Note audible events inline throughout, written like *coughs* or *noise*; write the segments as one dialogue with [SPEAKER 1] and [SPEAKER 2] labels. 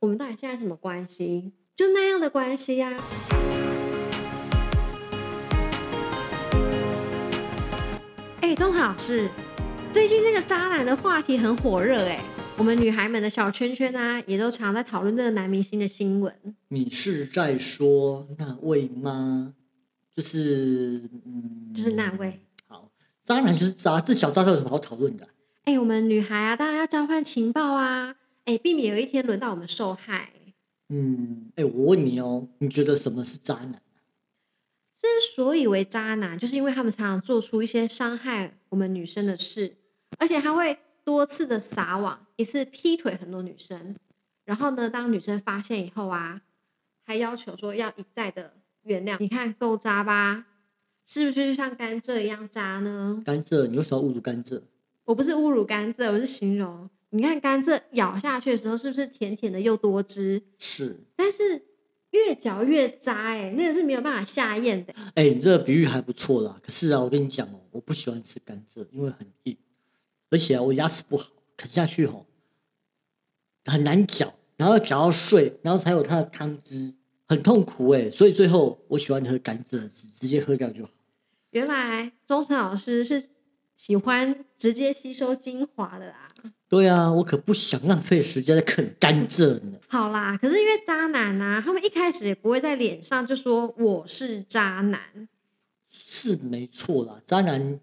[SPEAKER 1] 我们到底现在什么关系？就那样的关系呀、哎、钟老师，最近这个渣男的话题很火热哎、我们女孩们的小圈圈啊，也都常在讨论这个男明星的新闻。
[SPEAKER 2] 你是在说那位吗？就是嗯，
[SPEAKER 1] 就是那位。
[SPEAKER 2] 好，渣男就是渣，这小渣渣有什么好讨论的啊、
[SPEAKER 1] 哎、我们女孩啊，当然要交换情报啊，哎、避免有一天轮到我们受害。
[SPEAKER 2] 嗯，哎、我问你哦，你觉得什么是渣男？
[SPEAKER 1] 之所以为渣男，就是因为他们常常做出一些伤害我们女生的事，而且他会多次的撒网，一次劈腿很多女生。然后呢，当女生发现以后啊，还要求说要一再的原谅。你看够渣吧？是不是就像甘蔗一样渣呢？
[SPEAKER 2] 甘蔗，你为什么要侮辱甘蔗？
[SPEAKER 1] 我不是侮辱甘蔗，我是形容。你看甘蔗咬下去的时候，是不是甜甜的又多汁？
[SPEAKER 2] 是，
[SPEAKER 1] 但是越嚼越渣、欸，哎，那个是没有办法下咽的。
[SPEAKER 2] 哎、你这个比喻还不错啦。可是啊，我跟你讲哦，我不喜欢吃甘蔗，因为很硬，而且啊，我牙齿不好，啃下去吼、很难嚼，然后嚼到碎，然后才有它的汤汁，很痛苦哎、所以最后我喜欢喝甘蔗汁，直接喝掉就好。
[SPEAKER 1] 原来钟诚老师是喜欢直接吸收精华的啦。
[SPEAKER 2] 对啊，我可不想浪费时间在啃甘蔗呢。
[SPEAKER 1] 好啦，可是因为渣男啊，他们一开始也不会在脸上就说我是渣男，
[SPEAKER 2] 是没错啦，渣男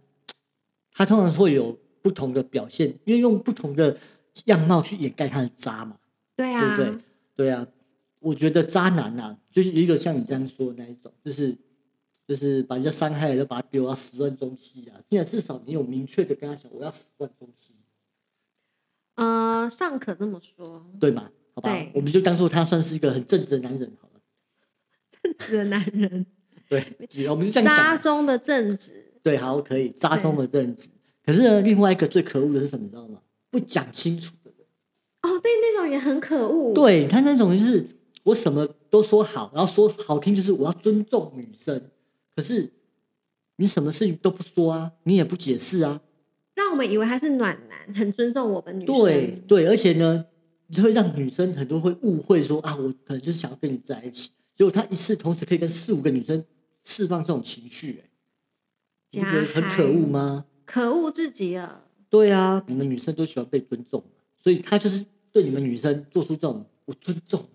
[SPEAKER 2] 他通常会有不同的表现，因为用不同的样貌去掩盖他的渣嘛，
[SPEAKER 1] 对
[SPEAKER 2] 对
[SPEAKER 1] 啊，
[SPEAKER 2] 不对？对啊，我觉得渣男啊，就是有一个像你这样说的那一种，就是就是把人家伤害了，就把他丢到始乱终弃啊。现在至少你有明确的跟他讲，我要始乱终弃，
[SPEAKER 1] 呃，尚可这么说，
[SPEAKER 2] 对吗？好吧
[SPEAKER 1] 对，
[SPEAKER 2] 我们就当做他算是一个很正直的男人好了。
[SPEAKER 1] 正直的男人，
[SPEAKER 2] 对，我们是这样讲
[SPEAKER 1] 渣
[SPEAKER 2] 啊。
[SPEAKER 1] 中的正直，
[SPEAKER 2] 对，好，可以渣中的正直。可是呢，另外一个最可恶的是什么，你知道吗？不讲清楚的人。
[SPEAKER 1] 哦，对，那种也很可恶，，
[SPEAKER 2] 对他那种就是我什么都说好，然后说好听就是我要尊重女生，可是你什么事情都不说啊，你也不解释啊，
[SPEAKER 1] 让我们以为他是暖男，很尊重我们女生，
[SPEAKER 2] 对对，而且呢，就会让女生很多会误会说啊，我可能就是想要跟你在一起，结果他一次同时可以跟四五个女生释放这种情绪、欸，你不觉得很
[SPEAKER 1] 加害
[SPEAKER 2] 可恶吗？
[SPEAKER 1] 可恶至极了，
[SPEAKER 2] 对啊，你们女生都喜欢被尊重嘛，所以他就是对你们女生做出这种我尊重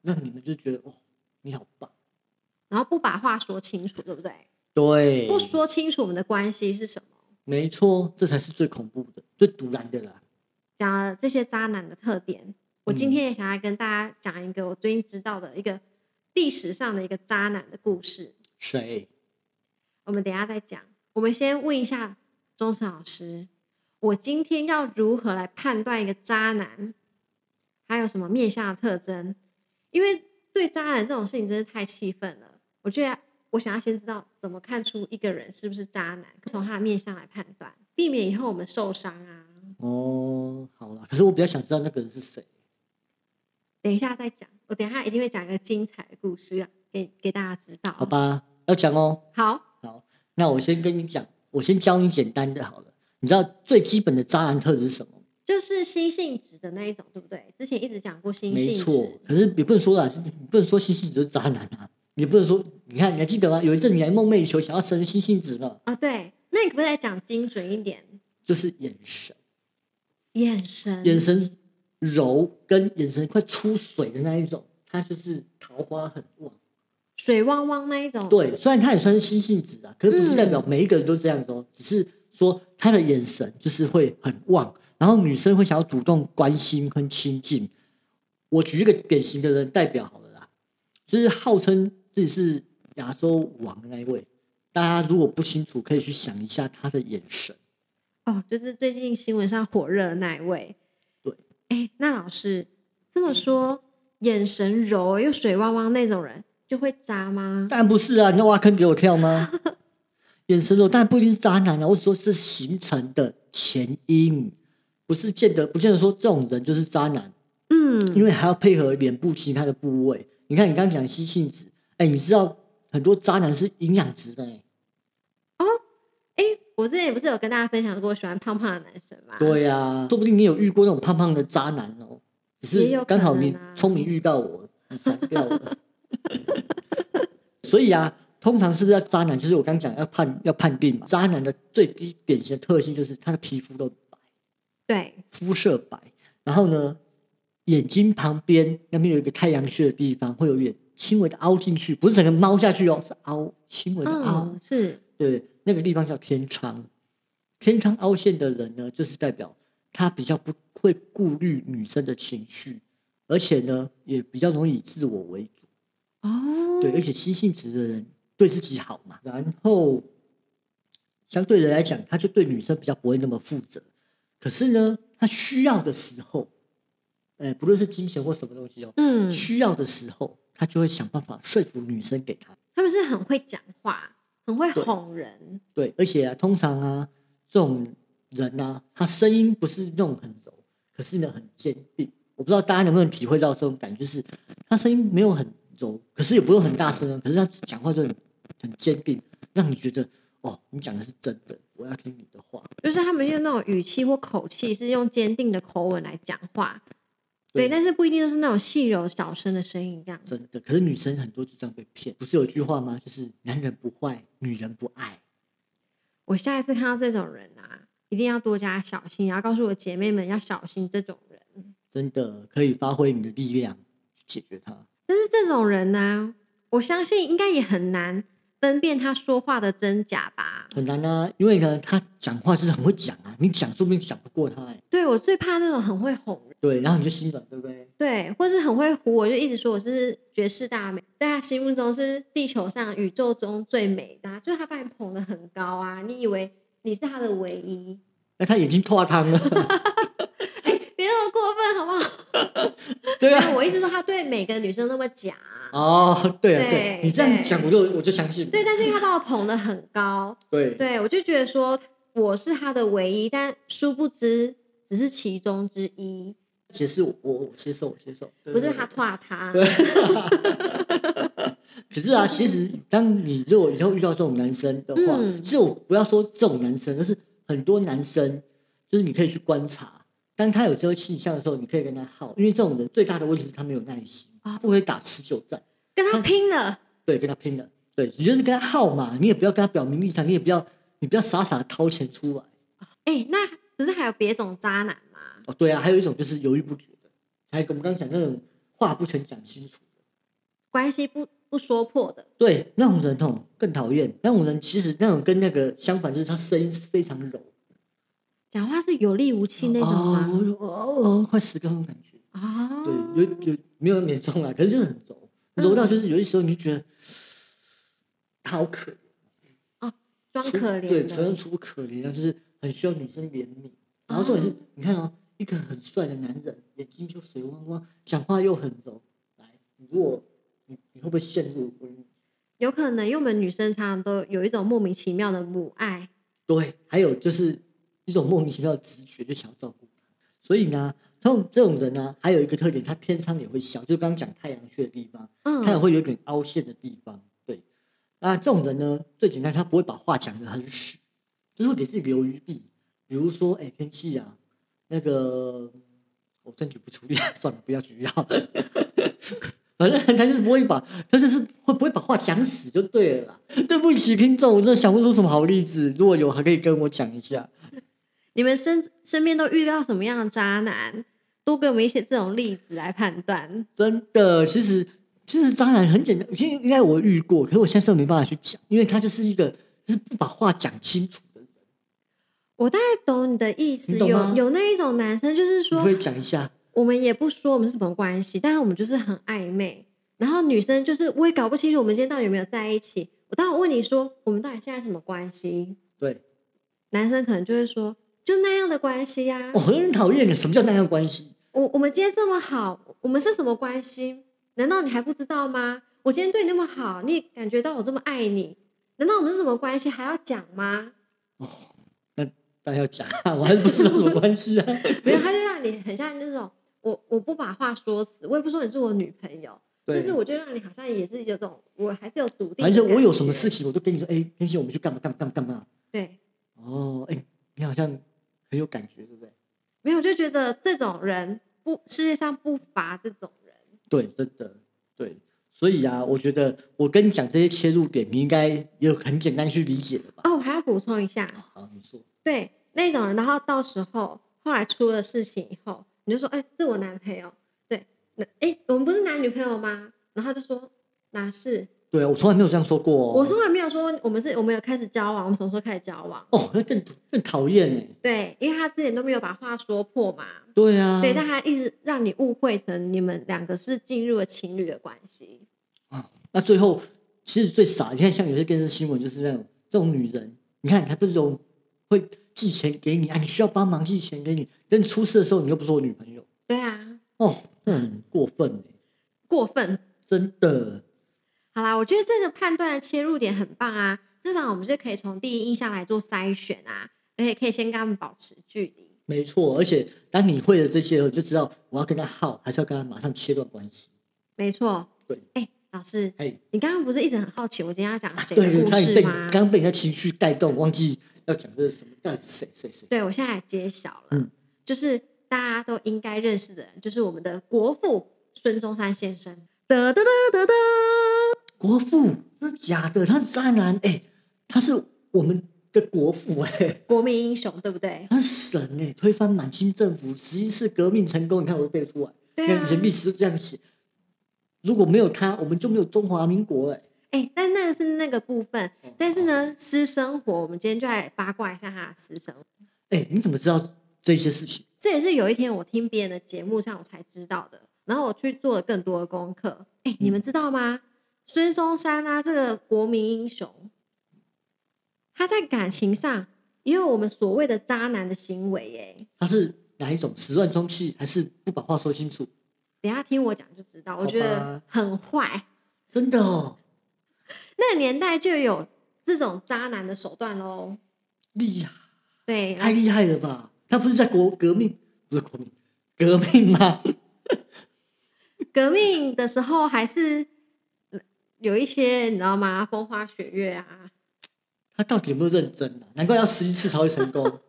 [SPEAKER 2] 你，让你们就觉得哦，你好棒。
[SPEAKER 1] 然后不把话说清楚，对不对？
[SPEAKER 2] 对，
[SPEAKER 1] 不说清楚我们的关系是什么。
[SPEAKER 2] 没错，这才是最恐怖的、最毒然的啦。
[SPEAKER 1] 讲了这些渣男的特点，我今
[SPEAKER 2] 嗯
[SPEAKER 1] 天也想要跟大家讲一个我最近知道的一个历史上的一个渣男的故事。
[SPEAKER 2] 谁？
[SPEAKER 1] 我们等一下再讲。我们先问一下钟诚老师，我今天要如何来判断一个渣男，还有什么面相的特征？因为对渣男这种事情真是太气愤了。我觉得我想要先知道怎么看出一个人是不是渣男，从他的面相来判断，避免以后我们受伤啊。
[SPEAKER 2] 哦，好啦，可是我比较想知道那个人是谁。
[SPEAKER 1] 等一下再讲，我等一下一定会讲一个精彩的故事啊，给给大家知道。
[SPEAKER 2] 好，吧，要讲哦。
[SPEAKER 1] 好，
[SPEAKER 2] 好，那我先跟你讲，我先教你简单的好了。你知道最基本的渣男特质是什么？
[SPEAKER 1] 就是心性质的那一种，对不对？之前一直讲过心
[SPEAKER 2] 没
[SPEAKER 1] 性
[SPEAKER 2] 错
[SPEAKER 1] 质，，
[SPEAKER 2] 可是也不能说啦，你不能说星星子就是渣男啊，也不能说，你看你还记得吗？有一阵你还梦寐以求想要成为星星子呢，
[SPEAKER 1] 啊，对。那你可不可以再讲精准一点？
[SPEAKER 2] 就是眼神，
[SPEAKER 1] 眼神，
[SPEAKER 2] 眼，神柔跟眼神快出水的那一种，他就是桃花很旺。
[SPEAKER 1] 水汪汪那一种。，
[SPEAKER 2] 哦对，虽然他也算是新性子啊，可是不是代表每一个人都这样子哦，只是说他的眼神就是会很旺，然后女生会想要主动关心跟亲近。我举一个典型的人代表好了啦，就是号称自己是亚洲王的那一位，大家如果不清楚，可以去想一下他的眼神。
[SPEAKER 1] 哦，就是最近新闻上火热的那一位。
[SPEAKER 2] 对，嗯
[SPEAKER 1] 哎，那老师这么说，眼神柔又水汪汪那种人，就会渣吗？
[SPEAKER 2] 当然不是啊，你要挖坑给我跳吗？眼神柔，但不一定是渣男啊。我只说是形成的前因，不是见得不见得说这种人就是渣男。因
[SPEAKER 1] 嗯，
[SPEAKER 2] 为还要配合脸部其他的部位。你看，你刚刚讲吸性子，哎、你知道很多渣男是营养值的、欸，
[SPEAKER 1] 哎，我之前不是有跟大家分享过我喜欢胖胖的男生吗？
[SPEAKER 2] 啊对呀、说不定你有遇过那种胖胖的渣男哦、只
[SPEAKER 1] 也有
[SPEAKER 2] 是
[SPEAKER 1] 可
[SPEAKER 2] 刚好
[SPEAKER 1] 能
[SPEAKER 2] 你
[SPEAKER 1] 啊
[SPEAKER 2] 聪明遇到我，你闪掉了。所以啊，通常是不是要渣男？就是我刚讲要判要判定嘛。渣男的最低典型的特性就是他的皮肤都白，
[SPEAKER 1] 对，
[SPEAKER 2] 肤色白，然后呢，眼睛旁边那边有一个太阳穴的地方会有点轻微的凹进去，不是整个猫下去哦，是凹轻微的哦凹。
[SPEAKER 1] 嗯，是
[SPEAKER 2] 对，那个地方叫天仓。天仓凹陷的人呢，就是代表他比较不会顾虑女生的情绪，而且呢，也比较容易以自我为主。
[SPEAKER 1] 哦，
[SPEAKER 2] 对，而且心性直的人对自己好嘛，嗯然后相对的来讲，他就对女生比较不会那么负责。可是呢，他需要的时候，呃，不论是金钱或什么东西哦，
[SPEAKER 1] 嗯，
[SPEAKER 2] 需要的时候，他就会想办法说服女生给他。
[SPEAKER 1] 他们是很会讲话，很会
[SPEAKER 2] 对
[SPEAKER 1] 哄人，
[SPEAKER 2] 对，而且啊，通常啊，这种人啊，他声音不是那种很柔，可是呢很坚定。我不知道大家能不能体会到这种感觉，就是他声音没有很柔，可是也不用很大声啊，可是他讲话就很很坚定，让你觉得哦，你讲的是真的，我要听你的话。
[SPEAKER 1] 就是他们用那种语气或口气是用坚定的口吻来讲话，对，
[SPEAKER 2] 对
[SPEAKER 1] 但是不一定都是那种细柔小声的声音这样子。
[SPEAKER 2] 真的，可是女生很多就这样被骗。不是有句话吗？就是男人不坏，女人不爱。
[SPEAKER 1] 我下一次看到这种人啊，一定要多加小心，也要告诉我姐妹们要小心这种人。
[SPEAKER 2] 真的可以发挥你的力量去解决它。
[SPEAKER 1] 但是这种人呢、我相信应该也很难分辨他说话的真假吧？
[SPEAKER 2] 很难啊，因为呢，他讲话就是很会讲啊，你讲说不定讲不过他哎、
[SPEAKER 1] 对我最怕那种很会哄人，
[SPEAKER 2] 对，然后你就心软，对不对？
[SPEAKER 1] 对，或是很会唬我，就一直说我是绝世大美，在他心目中是地球上宇宙中最美的啊、就是他把你捧得很高啊，你以为你是他的唯一，哎
[SPEAKER 2] 那他眼睛脱汤了， *laughs*
[SPEAKER 1] 别那么过分好不好？
[SPEAKER 2] 对
[SPEAKER 1] 但 *laughs*
[SPEAKER 2] 啊。
[SPEAKER 1] 我一直说他对每个女生那么假，
[SPEAKER 2] 哦，对
[SPEAKER 1] 对
[SPEAKER 2] 啊，对，你这样
[SPEAKER 1] 对
[SPEAKER 2] 讲我就我就相信。
[SPEAKER 1] 对，但是因为他把我捧得很高，
[SPEAKER 2] 对
[SPEAKER 1] 对，我就觉得说我是他的唯一，但殊不知只是其中之一，
[SPEAKER 2] 解释我我我接受我接受，对
[SPEAKER 1] 不是
[SPEAKER 2] 对
[SPEAKER 1] 他
[SPEAKER 2] 对
[SPEAKER 1] 跨他。
[SPEAKER 2] 对可是啊，其实当你如果以后遇到这种男生的话，
[SPEAKER 1] 嗯
[SPEAKER 2] 其实我不要说这种男生，就是很多男生，就是你可以去观察，当他有这个倾向的时候，你可以跟他耗，因为这种人最大的问题是他没有耐心
[SPEAKER 1] 啊，
[SPEAKER 2] 不会打持久战。
[SPEAKER 1] 跟
[SPEAKER 2] *laughs*
[SPEAKER 1] 他拼了，
[SPEAKER 2] 对，跟他拼了。对，你就是跟他耗嘛，你也不要跟他表明立场，你也不要，你不要傻傻地掏钱出来。
[SPEAKER 1] 哎、那不是还有别种渣男吗？
[SPEAKER 2] 哦，对啊，还有一种就是犹豫不决的，还有我们刚刚讲那种话不曾讲清楚的，
[SPEAKER 1] 关系不不说破的，
[SPEAKER 2] 对，那种人哦更讨厌。那种人其实那种跟那个相反，就是他声音是非常柔，
[SPEAKER 1] 讲话是有力无气那种吗？
[SPEAKER 2] 哦，哦哦快十个那种感觉。
[SPEAKER 1] 啊、
[SPEAKER 2] 哦对，有有没有严重啊？可是就是很柔，柔到就是有些时候你就觉得他好可怜，
[SPEAKER 1] 装可怜
[SPEAKER 2] 对，
[SPEAKER 1] 的
[SPEAKER 2] 承认楚可怜，然后就是很需要女生怜悯。然后重
[SPEAKER 1] 嗯
[SPEAKER 2] 点是，你看哦，一个很帅的男人，眼睛就水汪汪，讲话又很柔。来，如果你你会不会陷入婚姻？
[SPEAKER 1] 有可能，因为我们女生常常都有一种莫名其妙的母爱，
[SPEAKER 2] 对，还有就是一种莫名其妙的直觉，就想要照顾他。所以呢，他们这种人呢，还有一个特点，他天生也会小，就刚刚讲太阳穴的地方，
[SPEAKER 1] 嗯
[SPEAKER 2] 他也会有点凹陷的地方。对，那这种人呢，最简单，他不会把话讲得很死，就是会给自己留余地。比如说，哎、天气啊，那个我争取不处理， *laughs* 算了，不要举例好了。反正他就是不会把，他就是会不会把话讲死就对了啦。 *laughs* 对不起，听众，我真的想不出什么好例子。如果有，还可以跟我讲一下。
[SPEAKER 1] 你们身身边都遇到什么样的渣男？多给我们一些这种例子来判断。
[SPEAKER 2] 真的，其实其实渣男很简单，其实应该我遇过，可是我现在是没办法去讲，因为他就是一个就是不把话讲清楚的人。
[SPEAKER 1] 我大概懂你的意思，
[SPEAKER 2] 你懂
[SPEAKER 1] 有
[SPEAKER 2] 吗
[SPEAKER 1] 有那一种男生，就是
[SPEAKER 2] 你
[SPEAKER 1] 说
[SPEAKER 2] 会讲一下？
[SPEAKER 1] 我们也不说我们是什么关系，但是我们就是很暧昧。然后女生就是我也搞不清楚我们今天到底有没有在一起。我当我问你说我们到底现在什么关系，
[SPEAKER 2] 对，
[SPEAKER 1] 男生可能就会说就那样的关系呀、
[SPEAKER 2] 我、很讨厌的。什么叫那样关系？
[SPEAKER 1] 我我们今天这么好，我们是什么关系？难道你还不知道吗？我今天对你那么好，你也感觉到我这么爱你，难道我们是什么关系还要讲吗？ *coughs*
[SPEAKER 2] 哦但要讲啊，我还是不知道什么关
[SPEAKER 1] *laughs*
[SPEAKER 2] 系啊。
[SPEAKER 1] 没有，他就让你很像那种我我不把话说死，我也不说你是我女朋友，
[SPEAKER 2] 对
[SPEAKER 1] 但是我就让你好像也是有种我还是有笃定。
[SPEAKER 2] 而且我有什么事？情，我都跟你说，哎、天心，我们去干嘛干嘛干嘛干嘛。
[SPEAKER 1] 对，
[SPEAKER 2] 哦，哎、你好像很有感觉，对不对？
[SPEAKER 1] 没有就觉得这种人不世界上不乏这种人。
[SPEAKER 2] 对，真的对。所以啊，我觉得我跟你讲这些切入点，你应该也很简单去理解了吧？
[SPEAKER 1] 哦，我还要补充一下，
[SPEAKER 2] 好，你说，
[SPEAKER 1] 对那种人，然后到时候后来出了事情以后，你就说，哎、这我男朋友，对，那哎、我们不是男女朋友吗？然后他就说哪是，
[SPEAKER 2] 对啊我从来没有这样说过哦。
[SPEAKER 1] 我从来没有说我们是我们有开始交往，我们什么时候开始交往？
[SPEAKER 2] 哦，那更更讨厌哎。
[SPEAKER 1] 对，因为他之前都没有把话说破嘛，
[SPEAKER 2] 对啊，
[SPEAKER 1] 对，但他一直让你误会成你们两个是进入了情侣的关系。
[SPEAKER 2] 那最后其实最傻，你看像有些电视新闻就是那种这种女人，你看她不是这种会寄钱给你啊，你需要帮忙寄钱给你，但出事的时候你又不是我女朋友，
[SPEAKER 1] 对啊，
[SPEAKER 2] 哦，那很过分哎，
[SPEAKER 1] 过分。
[SPEAKER 2] 真的。
[SPEAKER 1] 好啦，我觉得这个判断的切入点很棒啊，至少我们是可以从第一印象来做筛选啊，而且可以先跟他们保持距离。
[SPEAKER 2] 没错，而且当你会了这些，你就知道我要跟他耗，还是要跟他马上切断关系。
[SPEAKER 1] 没错，
[SPEAKER 2] 对。
[SPEAKER 1] 哎、老师，
[SPEAKER 2] 哎，
[SPEAKER 1] 你刚刚不是一直很好奇我今天要讲啊谁
[SPEAKER 2] 啊对，
[SPEAKER 1] 的故
[SPEAKER 2] 差点被
[SPEAKER 1] 事
[SPEAKER 2] 你
[SPEAKER 1] 吗？
[SPEAKER 2] 刚刚被人家情绪带动，忘记要讲这是什么，到底是谁谁谁？
[SPEAKER 1] 对，我现在来揭晓了，
[SPEAKER 2] 嗯
[SPEAKER 1] 就是大家都应该认识的人，就是我们的国父孙中山先生。得得得得得，
[SPEAKER 2] 国父，那假的，他是渣男，哎，他是我们的国父，哎，
[SPEAKER 1] 国民英雄，对不对？
[SPEAKER 2] 他是神，哎，推翻满清政府，十一次革命成功，你看我都背得出来，
[SPEAKER 1] 对
[SPEAKER 2] 你看
[SPEAKER 1] 啊
[SPEAKER 2] 以，前历史都这样写。如果没有他，我们就没有中华民国，哎，
[SPEAKER 1] 哎、但那个是那个部分，
[SPEAKER 2] 嗯
[SPEAKER 1] 但是呢，私生活，我们今天就来八卦一下他的私生活。
[SPEAKER 2] 哎，你怎么知道这些事情？
[SPEAKER 1] 这也是有一天我听别人的节目上我才知道的，然后我去做了更多的功课。哎、你
[SPEAKER 2] 嗯
[SPEAKER 1] 们知道吗？孙中山啊，这个国民英雄，他在感情上也有我们所谓的渣男的行为耶、
[SPEAKER 2] 他是哪一种始乱终弃，还是不把话说清楚？
[SPEAKER 1] 等一下听我讲就知道，我
[SPEAKER 2] 好
[SPEAKER 1] 觉得
[SPEAKER 2] 吧
[SPEAKER 1] 很坏。
[SPEAKER 2] 真的哦，
[SPEAKER 1] 那个年代就有这种渣男的手段喽。
[SPEAKER 2] 厉害，
[SPEAKER 1] 对，
[SPEAKER 2] 太厉害了吧？他不是在国革命，不是国民革命吗？ *laughs*
[SPEAKER 1] 革命的时候还是呃有一些你知道吗？风花雪月啊，
[SPEAKER 2] 他到底有没有认真啊？难怪要十一次才会
[SPEAKER 1] *laughs*
[SPEAKER 2] 成功。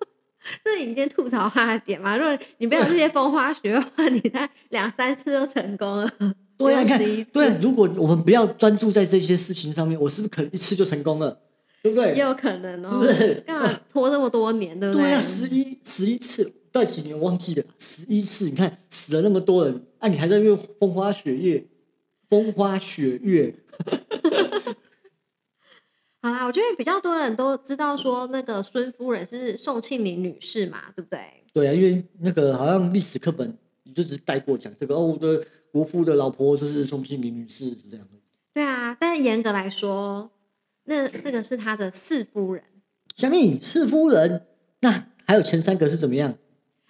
[SPEAKER 1] 这是你今天吐槽他的点嘛？如果你不要有这些风花雪月的话，你在两三次就成功了。
[SPEAKER 2] 对啊，
[SPEAKER 1] 不用
[SPEAKER 2] 你看
[SPEAKER 1] 十一次，
[SPEAKER 2] 对啊，如果我们不要专注在这些事情上面，我是不是可能一次就成功了？对不 *laughs* 对？
[SPEAKER 1] 也有可能
[SPEAKER 2] 是
[SPEAKER 1] 哦、
[SPEAKER 2] 不是？
[SPEAKER 1] 干嘛拖这么多年，对不
[SPEAKER 2] 对啊，十一十一次，到底几年忘记了？十一次，你看死了那么多人，啊，你还在那边风花雪月，风花雪月，
[SPEAKER 1] 好啊啦，我觉得比较多人都知道说那个孙夫人是宋庆龄女士嘛，对不对？
[SPEAKER 2] 对啊，因为那个好像历史课本你就只是带过讲这个哦，我的国父的老婆就是宋庆龄女士这样。
[SPEAKER 1] 对啊，但是严格来说，那那个是他的四夫人。
[SPEAKER 2] 小米是夫人，那还有前三个是怎么样？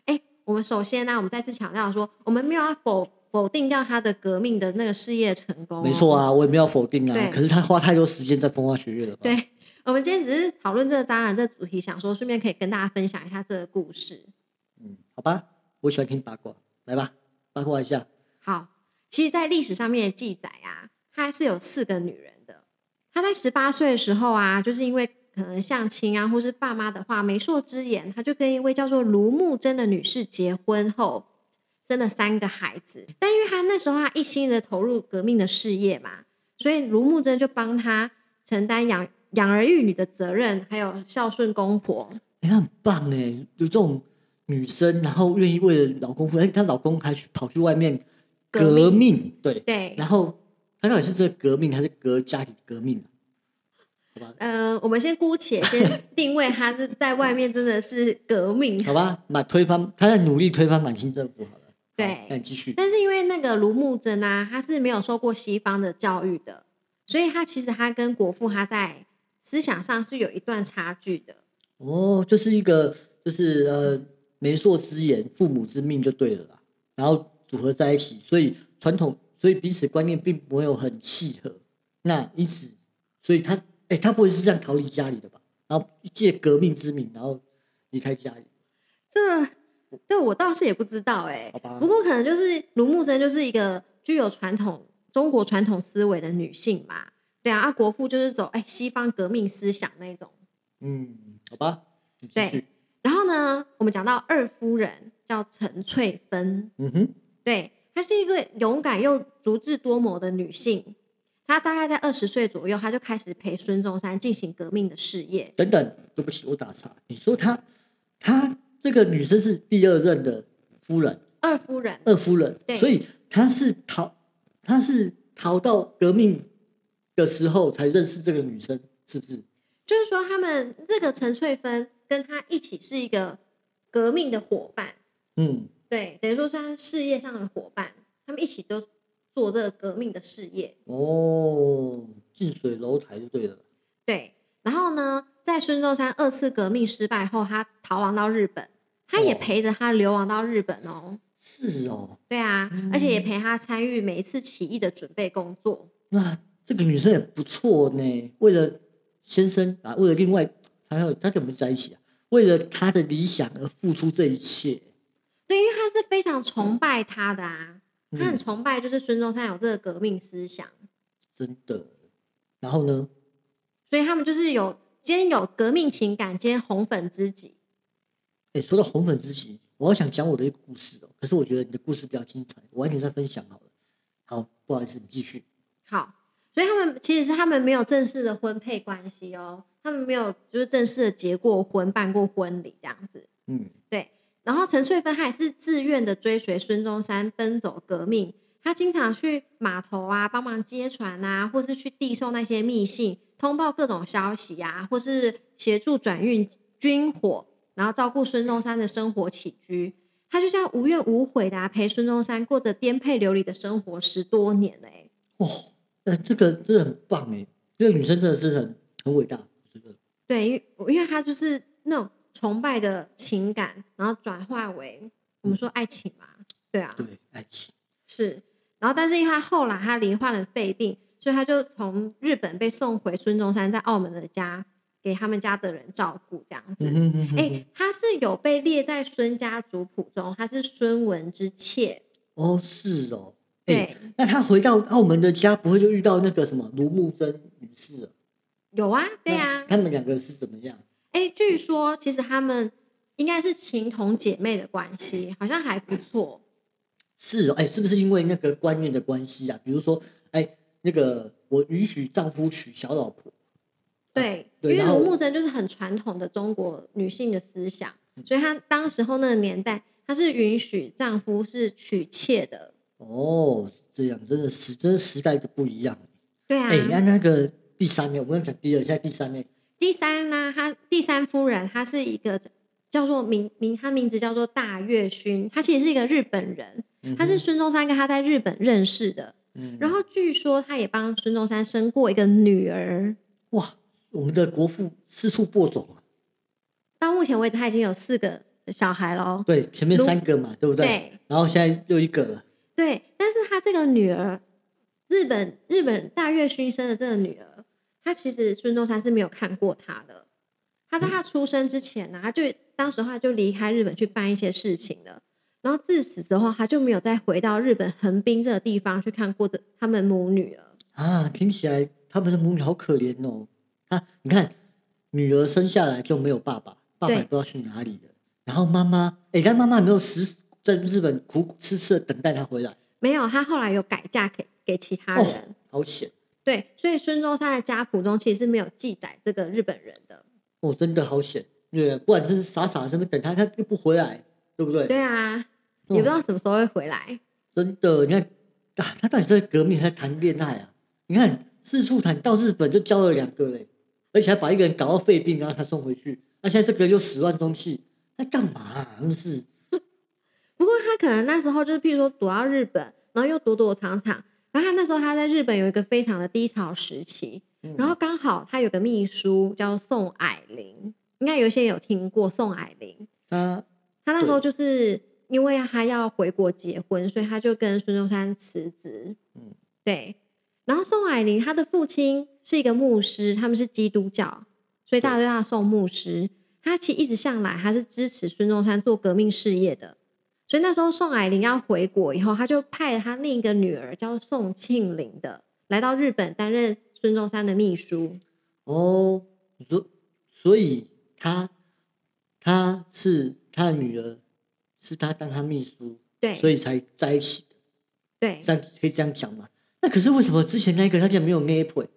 [SPEAKER 1] 哎，我们首先呢、我们再次强调说，我们没有要否否定掉他的革命的那个事业成功、
[SPEAKER 2] 没错
[SPEAKER 1] 啊，
[SPEAKER 2] 啊，我也没有否定
[SPEAKER 1] 对
[SPEAKER 2] 啊，可是他花太多时间在风花雪月了吧？，
[SPEAKER 1] 对。我们今天只是讨论这个渣男这个主题，想说顺便可以跟大家分享一下这个故事。
[SPEAKER 2] 嗯，好吧，我喜欢听八卦，来吧，八卦一下。
[SPEAKER 1] 好，其实，在历史上面的记载啊，她是有四个女人的。她在十八岁的时候啊，就是因为可能相亲啊，或是爸妈的话媒妁之言，她就跟一位叫做卢慕贞的女士结婚后，生了三个孩子。但因为她那时候她一心的投入革命的事业嘛，所以卢慕贞就帮她承担养养儿育女的责任，还有孝顺公婆。
[SPEAKER 2] 哎、她很棒哎、有这种女生，然后愿意为了老公付，哎、她老公还去跑去外面
[SPEAKER 1] 革
[SPEAKER 2] 革命，对，
[SPEAKER 1] 对，
[SPEAKER 2] 然后她到底是这个革命还是革家庭革命啊？好吧，
[SPEAKER 1] 呃，我们先姑且
[SPEAKER 2] *laughs*
[SPEAKER 1] 先定位她是在外面真的是革命
[SPEAKER 2] 好吧，满推翻，他在努力推翻满清政府好了。
[SPEAKER 1] 对
[SPEAKER 2] 好那你继续。
[SPEAKER 1] 但是因为那个卢慕贞啊，她是没有受过西方的教育的，所以她其实她跟国父她在思想上是有一段差距的。
[SPEAKER 2] 哦，就是一个就是呃媒妁之言，父母之命就对了啦，然后组合在一起，所以传统，所以彼此观念并没有很契合。那因此，所以他哎、他不会是这样逃离家里的吧？然后借革命之名，然后离开家里，
[SPEAKER 1] 这这我倒是也不知道哎、
[SPEAKER 2] 好吧
[SPEAKER 1] 不过可能就是卢慕贞就是一个具有传统中国传统思维的女性嘛，对啊，啊国父就是走哎、西方革命思想那种。
[SPEAKER 2] 嗯，好吧，你继
[SPEAKER 1] 对
[SPEAKER 2] 续。
[SPEAKER 1] 然后呢，我们讲到二夫人，叫陈翠芬，
[SPEAKER 2] 嗯哼，
[SPEAKER 1] 对，她是一个勇敢又足智多谋的女性。她大概在二十岁左右，她就开始陪孙中山进行革命的事业。
[SPEAKER 2] 等等，对不起，我打岔。你说她，她这个女生是第二任的夫人，
[SPEAKER 1] 二夫人，
[SPEAKER 2] 二夫人
[SPEAKER 1] 对，
[SPEAKER 2] 所以她是逃，她是逃到革命的时候才认识这个女生，是不是？
[SPEAKER 1] 就是说他们这个陈翠芬跟她一起是一个革命的伙伴，
[SPEAKER 2] 嗯，
[SPEAKER 1] 对，等于说是她事业上的伙伴，他们一起都做这个革命的事业。
[SPEAKER 2] 哦，近水楼台就对了。
[SPEAKER 1] 对，然后呢，在孙中山二次革命失败后，他逃亡到日本，他也
[SPEAKER 2] 哦
[SPEAKER 1] 陪着他流亡到日本哦。
[SPEAKER 2] 是哦，
[SPEAKER 1] 对啊，而且也陪他参与每一次起义的准备工作。
[SPEAKER 2] 那这个女生也不错呢。为了先生啊，为了另外，还有她怎么在一起啊？为了她的理想而付出这一切。
[SPEAKER 1] 对，因为他是非常崇拜他的啊，他很
[SPEAKER 2] 嗯，
[SPEAKER 1] 崇拜就是孙中山有这个革命思想，
[SPEAKER 2] 真的。然后呢？
[SPEAKER 1] 所以他们就是有兼有革命情感兼红粉知己。
[SPEAKER 2] 哎，说到红粉知己，我好想讲我的一个故事哦。可是我觉得你的故事比较精彩，晚一点再分享好了。好，不好意思，你继续。
[SPEAKER 1] 好，所以他们其实是他们没有正式的婚配关系哦，他们没有就是正式的结过婚、办过婚礼这样子。
[SPEAKER 2] 嗯，
[SPEAKER 1] 然后陈翠芬她也是自愿的追随孙中山奔走革命，她经常去码头啊帮忙接船啊，或是去递送那些密信，通报各种消息啊，或是协助转运军火，然后照顾孙中山的生活起居。她就这样无怨无悔的、啊、陪孙中山过着颠沛流离的生活十多年嘞、
[SPEAKER 2] 哦，呃，这个真的很棒哎，这个女生真的是很很伟大，我觉得。
[SPEAKER 1] 对，因为因为她就是那种崇拜的情感，然后转化为我们说爱情嘛，对啊，
[SPEAKER 2] 对，爱情。
[SPEAKER 1] 是，然后但是因为他后来他罹患了肺病，所以他就从日本被送回孙中山在澳门的家，给他们家的人照顾这样子。
[SPEAKER 2] 嗯
[SPEAKER 1] 哎、
[SPEAKER 2] 哼哼哼哼
[SPEAKER 1] 他是有被列在孙家族谱中，他是孙文之妾。
[SPEAKER 2] 哦，是哦。哎
[SPEAKER 1] 对，
[SPEAKER 2] 那他回到澳门的家，不会就遇到那个什么卢慕贞女士了？
[SPEAKER 1] 有啊，对
[SPEAKER 2] 那
[SPEAKER 1] 啊。
[SPEAKER 2] 他们两个是怎么样？
[SPEAKER 1] 哎、据说其实他们应该是情同姐妹的关系，好像还不错。
[SPEAKER 2] 是哦，哎，是不是因为那个观念的关系啊？比如说，哎，那个我允许丈夫娶小老婆，
[SPEAKER 1] 对，
[SPEAKER 2] 呃对
[SPEAKER 1] 因为
[SPEAKER 2] 然后
[SPEAKER 1] 卢慕贞就是很传统的中国女性的思想，
[SPEAKER 2] 嗯
[SPEAKER 1] 所以她当时候那个年代，她是允许丈夫是娶妾的。
[SPEAKER 2] 哦，这样真的时，真的时代就不一样。
[SPEAKER 1] 对啊，
[SPEAKER 2] 哎、那那个第三类，我刚刚讲第二，现在第三类，
[SPEAKER 1] 第三呢，她第三夫人，她是一个叫做名名，她名字叫做大月薰，她其实是一个日本人，
[SPEAKER 2] 嗯哼
[SPEAKER 1] 她是孙中山跟她在日本认识的，
[SPEAKER 2] 嗯
[SPEAKER 1] 然后据说她也帮孙中山生过一个女儿，
[SPEAKER 2] 哇，我们的国父四处播种啊，
[SPEAKER 1] 到目前为止她已经有四个小孩喽。
[SPEAKER 2] 对，前面
[SPEAKER 1] 卢
[SPEAKER 2] 三个嘛，对不对？
[SPEAKER 1] 对
[SPEAKER 2] 然后现在又一个了，
[SPEAKER 1] 对，但是她这个女儿，日本日本大月薰生的这个女儿，她其实孙中山是没有看过她的。她在她出生之前呢、啊她就当时她就离开日本去办一些事情了。然后自此之后，她就没有再回到日本横滨这个地方去看过这他们母女了。
[SPEAKER 2] 啊，听起来他们的母女好可怜哦。啊，你看，女儿生下来就没有爸爸，爸爸
[SPEAKER 1] 对
[SPEAKER 2] 也不知道去哪里了。然后妈妈，哎、但妈妈有没有时在日本苦苦痴痴的等待她回来？
[SPEAKER 1] 没有，她后来有改嫁给给其他
[SPEAKER 2] 哦
[SPEAKER 1] 人。
[SPEAKER 2] 好险
[SPEAKER 1] 对，所以孙中山的家谱中其实是没有记载这个日本人的。
[SPEAKER 2] 哦，真的好险！对，不然就是傻傻在那边等她，她又不回来，对不对？
[SPEAKER 1] 对啊，也不知道什么时候会回来。
[SPEAKER 2] 真的，你看啊，他到底在革命还是谈恋爱啊？你看四处谈，到日本就交了两个嘞，而且还把一个人搞到肺病，然后他送回去。那、现在这个人又始乱终弃，那干嘛、啊？真是
[SPEAKER 1] 不过他可能那时候就是，譬如说躲到日本，然后又躲躲藏藏。然后他那时候他在日本有一个非常的低潮时期，
[SPEAKER 2] 嗯
[SPEAKER 1] 然后刚好他有个秘书叫宋霭龄，应该有一些有听过宋霭龄。
[SPEAKER 2] 他
[SPEAKER 1] 他那时候就是因为他要回国结婚，所以他就跟孙中山辞职。
[SPEAKER 2] 嗯
[SPEAKER 1] 对。然后宋霭龄她的父亲是一个牧师，他们是基督教，所以大家都叫他宋牧师。他其实一直向来他是支持孙中山做革命事业的，所以那时候宋霭龄要回国以后，他就派了他另一个女儿叫宋庆龄的来到日本担任孙中山的秘书。
[SPEAKER 2] 哦，你说，所以他他是他的女儿是他当他秘书，
[SPEAKER 1] 对
[SPEAKER 2] 所以才在一起的，
[SPEAKER 1] 对
[SPEAKER 2] 这样可以这样讲吗？那可是为什么之前那个他竟然没有 a p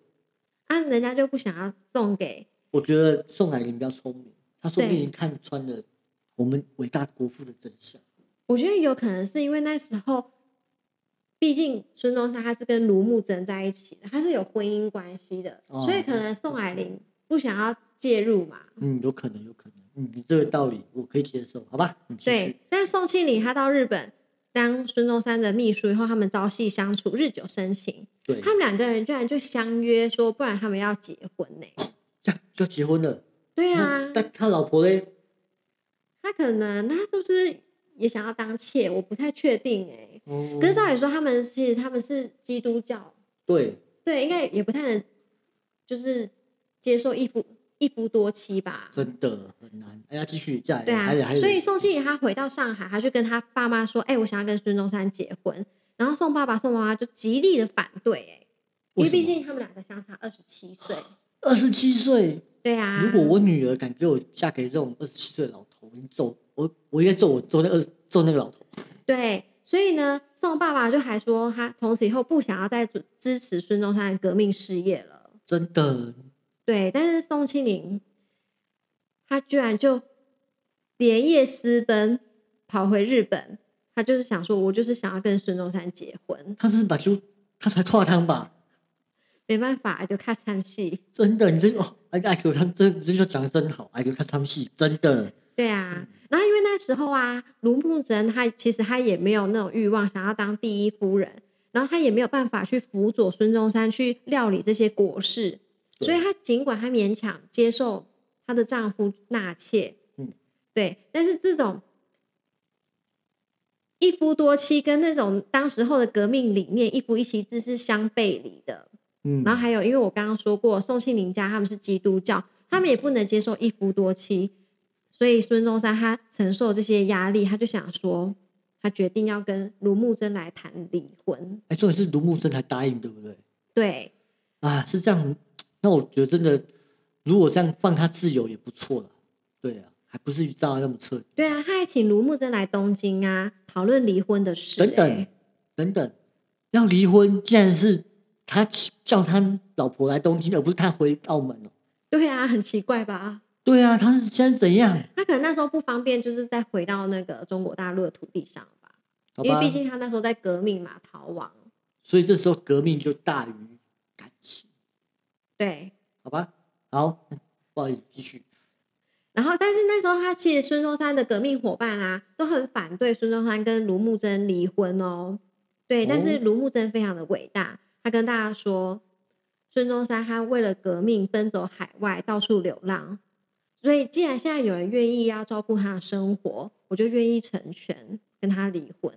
[SPEAKER 1] 啊，人家就不想要送给
[SPEAKER 2] 我觉得宋霭龄比较聪明，她说不
[SPEAKER 1] 对
[SPEAKER 2] 定看穿了我们伟大国父的真相。
[SPEAKER 1] 我觉得有可能是因为那时候，毕竟孙中山他是跟卢慕贞在一起的，他是有婚姻关系的，
[SPEAKER 2] 哦
[SPEAKER 1] 所以可能宋霭龄不想要介入嘛。
[SPEAKER 2] 嗯，有可能，有可能。嗯，你这个道理我可以接受，好吧？嗯，继续
[SPEAKER 1] 对，但宋庆龄她到日本当孙中山的秘书以后，他们朝夕相处，日久生情，
[SPEAKER 2] 对
[SPEAKER 1] 他，们两个人居然就相约说，不然他们要结婚呢、
[SPEAKER 2] 要要结婚了。
[SPEAKER 1] 对啊
[SPEAKER 2] 哦那，但他老婆嘞？
[SPEAKER 1] 他可能他是不是也想要当妾？我不太确定哎、
[SPEAKER 2] 哦，
[SPEAKER 1] 可是照理说，他们其实他们是基督教
[SPEAKER 2] 对，
[SPEAKER 1] 对，应该也不太能，就是接受一夫一夫多妻吧。
[SPEAKER 2] 真的很难。哎呀，继续再来，
[SPEAKER 1] 对啊
[SPEAKER 2] 而且还，有，
[SPEAKER 1] 所以宋庆龄她回到上海，她就跟她爸妈说：“哎、我想要跟孙中山结婚。”然后宋爸爸、宋妈妈就极力的反对、哎，因为
[SPEAKER 2] 为
[SPEAKER 1] 毕
[SPEAKER 2] 什么
[SPEAKER 1] 竟他们两个相差二十七岁。
[SPEAKER 2] 二十七岁，
[SPEAKER 1] 对啊，
[SPEAKER 2] 如果我女儿敢给我嫁给这种二十七岁的老头，你揍我，我应该揍我揍那二揍那个老头。
[SPEAKER 1] 对，所以呢，宋爸爸就还说他从此以后不想要再支支持孙中山的革命事业了。
[SPEAKER 2] 真的，
[SPEAKER 1] 对，但是宋庆龄，她居然就连夜私奔跑回日本，她就是想说，我就是想要跟孙中山结婚，
[SPEAKER 2] 他是把猪，他才跨汤吧？
[SPEAKER 1] 没办法，就看唱戏。
[SPEAKER 2] 真的，你真哦，哎，艾球他真真就讲的真好，艾球看他们戏真的，
[SPEAKER 1] 对啊，然后因为那时候啊，卢慕贞她其实她也没有那种欲望想要当第一夫人，然后她也没有办法去辅佐孙中山去料理这些国事，
[SPEAKER 2] 对
[SPEAKER 1] 所以她尽管她勉强接受她的丈夫纳妾，
[SPEAKER 2] 嗯，
[SPEAKER 1] 对，但是这种一夫多妻跟那种当时候的革命理念一夫一妻制是相背离的。
[SPEAKER 2] 嗯，
[SPEAKER 1] 然后还有，因为我刚刚说过，宋庆龄家他们是基督教，他们也不能接受一夫多妻，所以孙中山他承受这些压力，他就想说，他决定要跟卢慕贞来谈离婚。
[SPEAKER 2] 哎，重点是卢木真才答应，对不对？
[SPEAKER 1] 对，
[SPEAKER 2] 啊，是这样，那我觉得真的，如果这样放他自由也不错了，对啊，还不至于炸得那么彻底。
[SPEAKER 1] 对啊，他还请卢慕贞来东京啊，讨论离婚的事、
[SPEAKER 2] 等等
[SPEAKER 1] 欸
[SPEAKER 2] 等等，要离婚竟然是他叫他老婆来东京，而不是他回澳门了。哦
[SPEAKER 1] 对啊，很奇怪吧？
[SPEAKER 2] 对啊，他是现在怎样？
[SPEAKER 1] 他可能那时候不方便，就是再回到那个中国大陆的土地上吧，
[SPEAKER 2] 好
[SPEAKER 1] 因为
[SPEAKER 2] 吧
[SPEAKER 1] 毕，竟他那时候在革命嘛，逃亡。
[SPEAKER 2] 所以这时候革命就大于感情，
[SPEAKER 1] 对，
[SPEAKER 2] 好吧？好，不好意思，继续。
[SPEAKER 1] 然后，但是那时候他其实孙中山的革命伙伴啊，都很反对孙中山跟卢慕贞离婚哦。对，但是
[SPEAKER 2] 哦
[SPEAKER 1] 卢慕贞非常的伟大，他跟大家说，孙中山他为了革命奔走海外，到处流浪。所以，既然现在有人愿意要照顾他的生活，我就愿意成全跟他离婚。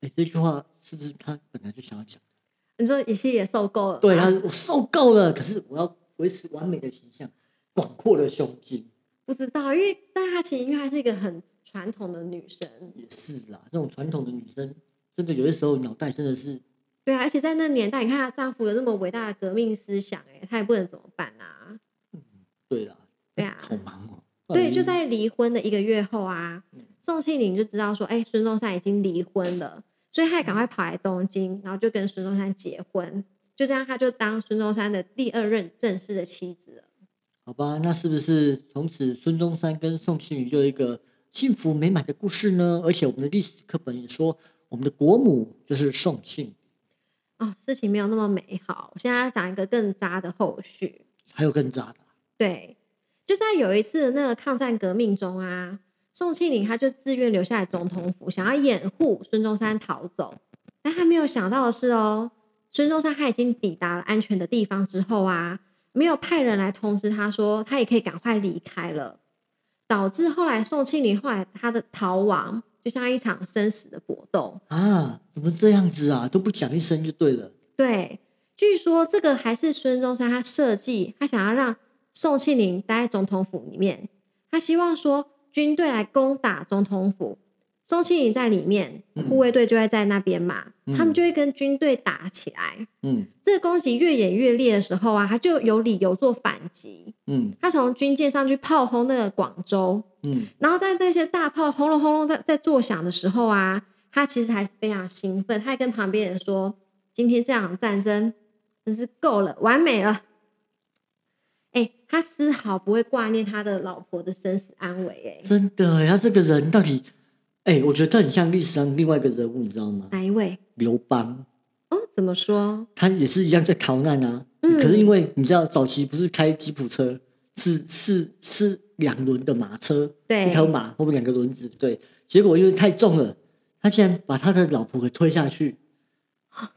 [SPEAKER 2] 哎，这句话是不是他本来就想要讲？
[SPEAKER 1] 你说也是也受够了吧，
[SPEAKER 2] 对，他我受够了，可是我要维持完美的形象，广阔的胸襟
[SPEAKER 1] 不知道，因为但她其实因为她是一个很传统的女生，
[SPEAKER 2] 也是啦。这种传统的女生，真的有些时候脑袋真的是
[SPEAKER 1] 对啊，而且在那年代，你看她丈夫有这么伟大的革命思想、欸，她也不能怎么办啊？
[SPEAKER 2] 对啦，
[SPEAKER 1] 对啊
[SPEAKER 2] 好忙哦。
[SPEAKER 1] 对，就在离婚的一个月后啊
[SPEAKER 2] 嗯，
[SPEAKER 1] 宋庆龄就知道说，哎、孙中山已经离婚了，所以她也赶快跑来东京，然后就跟孙中山结婚，就这样，她就当孙中山的第二任正式的妻子了。
[SPEAKER 2] 好吧，那是不是从此孙中山跟宋庆龄就有一个幸福美满的故事呢？而且我们的历史课本也说，我们的国母就是宋庆，
[SPEAKER 1] 哦，事情没有那么美好，我现在要讲一个更渣的后续。
[SPEAKER 2] 还有更渣的。
[SPEAKER 1] 对，就在有一次的那个抗战革命中啊，宋庆龄她就自愿留下来总统府，想要掩护孙中山逃走。但她没有想到的是哦，孙中山他已经抵达了安全的地方之后啊，没有派人来通知他说他也可以赶快离开了，导致后来宋庆龄后来她的逃亡就像一场生死的搏斗。
[SPEAKER 2] 啊，怎么这样子啊？都不讲一声就对了。
[SPEAKER 1] 对，据说这个还是孙中山他设计，他想要让宋庆龄待在总统府里面，他希望说军队来攻打总统府，宋庆龄在里面，护卫队就会在那边嘛。他们就会跟军队打起来。
[SPEAKER 2] 嗯
[SPEAKER 1] 这个攻击越演越烈的时候啊，他就有理由做反击。
[SPEAKER 2] 嗯
[SPEAKER 1] 他从军舰上去炮轰那个广州，
[SPEAKER 2] 嗯
[SPEAKER 1] 然后在那些大炮轰隆轰隆在在作响的时候啊，他其实还是非常兴奋，他还跟旁边人说：“今天这场战争真是够了，完美了。”哎，他丝毫不会挂念他的老婆的生死安危。哎，
[SPEAKER 2] 真的耶，他这个人到底，哎、我觉得他很像历史上另外一个人物，你知道吗？
[SPEAKER 1] 哪一位？
[SPEAKER 2] 刘邦，
[SPEAKER 1] 哦，怎么说？
[SPEAKER 2] 他也是一样在逃难啊。
[SPEAKER 1] 嗯
[SPEAKER 2] 可是因为你知道，早期不是开吉普车，是是是两轮的马车，
[SPEAKER 1] 对
[SPEAKER 2] 一，头马后面两个轮子，对。结果因为太重了，他竟然把他的老婆给推下去。啊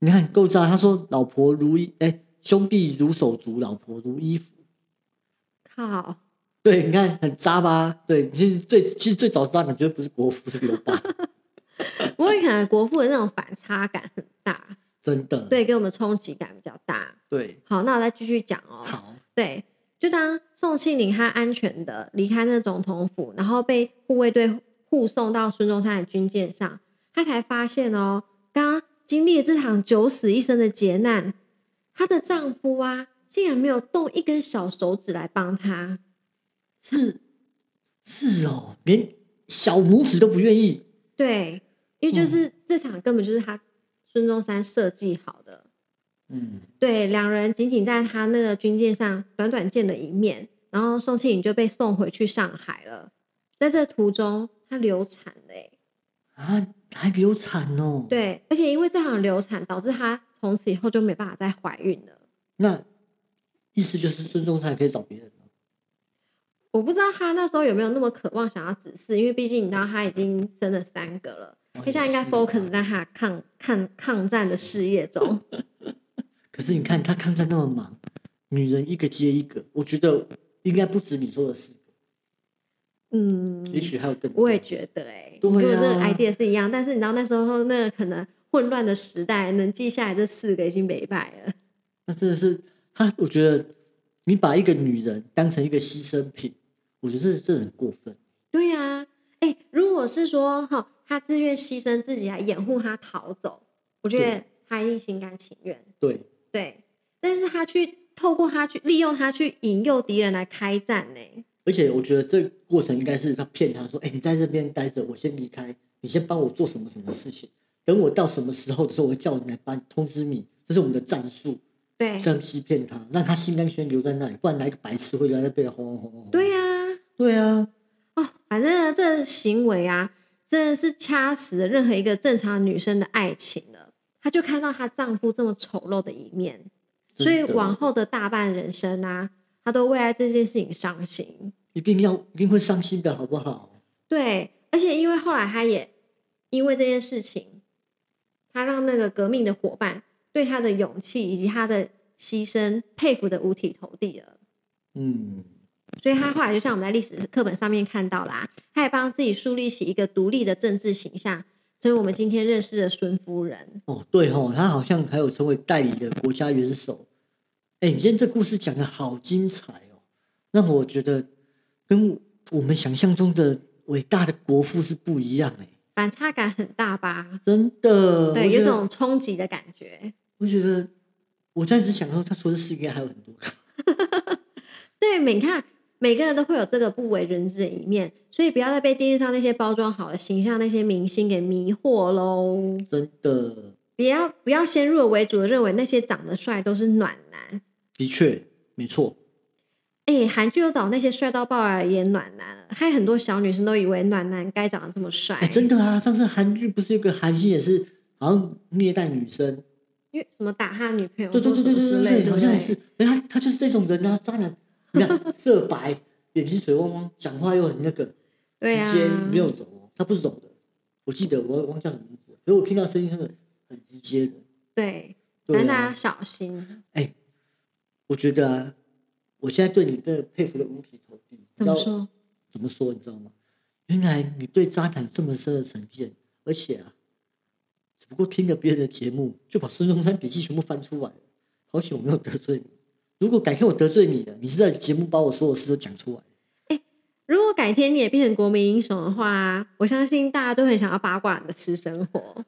[SPEAKER 2] 你看够渣，他说老婆如衣，哎、兄弟如手足，老婆如衣服。
[SPEAKER 1] 靠，
[SPEAKER 2] 对，你看很渣吧？对，其实最其实最早渣的绝对不是国服，是刘邦，
[SPEAKER 1] 不过可能国父的那种反差感很大，
[SPEAKER 2] 真的。
[SPEAKER 1] 对，给我们冲击感比较大。
[SPEAKER 2] 对，
[SPEAKER 1] 好，那我再继续讲哦。
[SPEAKER 2] 好，
[SPEAKER 1] 对，就当宋庆龄她安全的离开那总统府，然后被护卫队护送到孙中山的军舰上，她才发现哦，刚刚经历了这场九死一生的劫难，她的丈夫啊，竟然没有动一根小手指来帮她。
[SPEAKER 2] 是是哦，连小拇指都不愿意。
[SPEAKER 1] 对，因为就
[SPEAKER 2] 嗯
[SPEAKER 1] 是这场根本就是他孙中山设计好的。
[SPEAKER 2] 嗯
[SPEAKER 1] 对，两人仅仅在他那个军舰上短短见了一面，然后宋庆龄就被送回去上海了。在这途中，她流产了欸、
[SPEAKER 2] 啊，还流产哦。，
[SPEAKER 1] 对，而且因为这场流产，导致她从此以后就没办法再怀孕了。
[SPEAKER 2] 那意思就是孙中山可以找别人了。
[SPEAKER 1] 我不知道她那时候有没有那么渴望想要子嗣，因为毕竟你知道她已经生了三个了，
[SPEAKER 2] 哦
[SPEAKER 1] 她现在应该
[SPEAKER 2] 是
[SPEAKER 1] focus
[SPEAKER 2] 啊
[SPEAKER 1] 在她的抗抗抗战的事业中。 *laughs*
[SPEAKER 2] 可是你看他抗战那么忙，女人一个接一个，我觉得应该不止你说的四个，
[SPEAKER 1] 嗯，
[SPEAKER 2] 也许还有更多。
[SPEAKER 1] 我也觉得哎、欸，
[SPEAKER 2] 对
[SPEAKER 1] 跟我这个
[SPEAKER 2] 啊
[SPEAKER 1] idea 是一样，但是你知道那时候那个可能混乱的时代，能记下来这四个已经没败
[SPEAKER 2] *laughs*
[SPEAKER 1] 了。
[SPEAKER 2] 那真的是他，我觉得你把一个女人当成一个牺牲品，我觉得这这很过分。
[SPEAKER 1] 对呀、啊，哎、如果是说哈，他自愿牺牲自己来掩护他逃走，我觉得他一定心甘情愿。
[SPEAKER 2] 对，
[SPEAKER 1] 对，但是他去透过他去利用他去引诱敌人来开战欸呢、
[SPEAKER 2] 而且我觉得这个过程应该是他骗他说：“哎、你在这边待着，我先离开，你先帮我做什么什么事情，等我到什么时候的时候，我会叫你来帮通知你。”这是我们的战术，
[SPEAKER 1] 对，
[SPEAKER 2] 这样欺骗他，让他心甘情愿留在那里，不然来个白痴会留在那边轰轰轰轰轰。
[SPEAKER 1] 对
[SPEAKER 2] 啊，
[SPEAKER 1] 呀、
[SPEAKER 2] 对啊，
[SPEAKER 1] 哦，反正呢这行为啊，真的是掐死了任何一个正常女生的爱情了。她就看到她丈夫这么丑陋的一面，所以
[SPEAKER 2] 真的
[SPEAKER 1] 往后的大半人生啊，她都为了这件事情伤心。
[SPEAKER 2] 一定要一定会伤心的，好不好？
[SPEAKER 1] 对，而且因为后来她也因为这件事情，她让那个革命的伙伴对她的勇气以及她的牺牲佩服的五体投地了。
[SPEAKER 2] 嗯，
[SPEAKER 1] 所以他后来就像我们在历史课本上面看到啦，他也帮自己树立起一个独立的政治形象，成为我们今天认识的孙夫人。
[SPEAKER 2] 哦，对哦，他好像还有成为代理的国家元首。哎、你今天这故事讲的好精彩哦，让我觉得跟我们想象中的伟大的国父是不一样哎、
[SPEAKER 1] 反差感很大吧？
[SPEAKER 2] 真的，
[SPEAKER 1] 对，
[SPEAKER 2] 我觉
[SPEAKER 1] 有
[SPEAKER 2] 得
[SPEAKER 1] 种冲击的感觉。
[SPEAKER 2] 我觉得我暂时想到，他除了四个应该还有很多个。
[SPEAKER 1] 对，你看，每个人都会有这个不为人知的一面，所以不要再被电视上那些包装好的形象、那些明星给迷惑喽。
[SPEAKER 2] 真的，
[SPEAKER 1] 不要不要先入为主的认为那些长得帅都是暖男。
[SPEAKER 2] 的确没错，
[SPEAKER 1] 哎，韩剧有找那些帅到爆的演暖男了，害很多小女生都以为暖男该长得这么帅。
[SPEAKER 2] 哎、真的啊！上次韩剧不是有个韩星也是好像虐待女生，
[SPEAKER 1] 因为什么打他女朋友，
[SPEAKER 2] 对对对对对
[SPEAKER 1] 之
[SPEAKER 2] 对
[SPEAKER 1] 类，
[SPEAKER 2] 对，
[SPEAKER 1] 对
[SPEAKER 2] 好
[SPEAKER 1] 不
[SPEAKER 2] 像也
[SPEAKER 1] 对？
[SPEAKER 2] 是，哎、他他就是这种人啊，渣男，你看色白，眼睛水汪汪，讲话又很那个，
[SPEAKER 1] 对啊
[SPEAKER 2] 直接没有走哦，他不走的。我记得我忘记叫什么名字了，可是我听到声音他很很直接的，
[SPEAKER 1] 对，反
[SPEAKER 2] 对
[SPEAKER 1] 正大家
[SPEAKER 2] 啊，
[SPEAKER 1] 小心。
[SPEAKER 2] 我觉得啊，我现在对你真的佩服的五体投地，你
[SPEAKER 1] 怎
[SPEAKER 2] 知
[SPEAKER 1] 么
[SPEAKER 2] 道
[SPEAKER 1] 说？
[SPEAKER 2] 怎么说，你知道吗？原来你对渣男这么深的成见，而且啊，只不过听了别人的节目，就把孙中山笔记全部翻出来了。好险我没有得罪你。如果改天我得罪你了，你是在节目把我所有事都讲出来。
[SPEAKER 1] 如果改天你也变成国民英雄的话，我相信大家都很想要八卦你的私生活。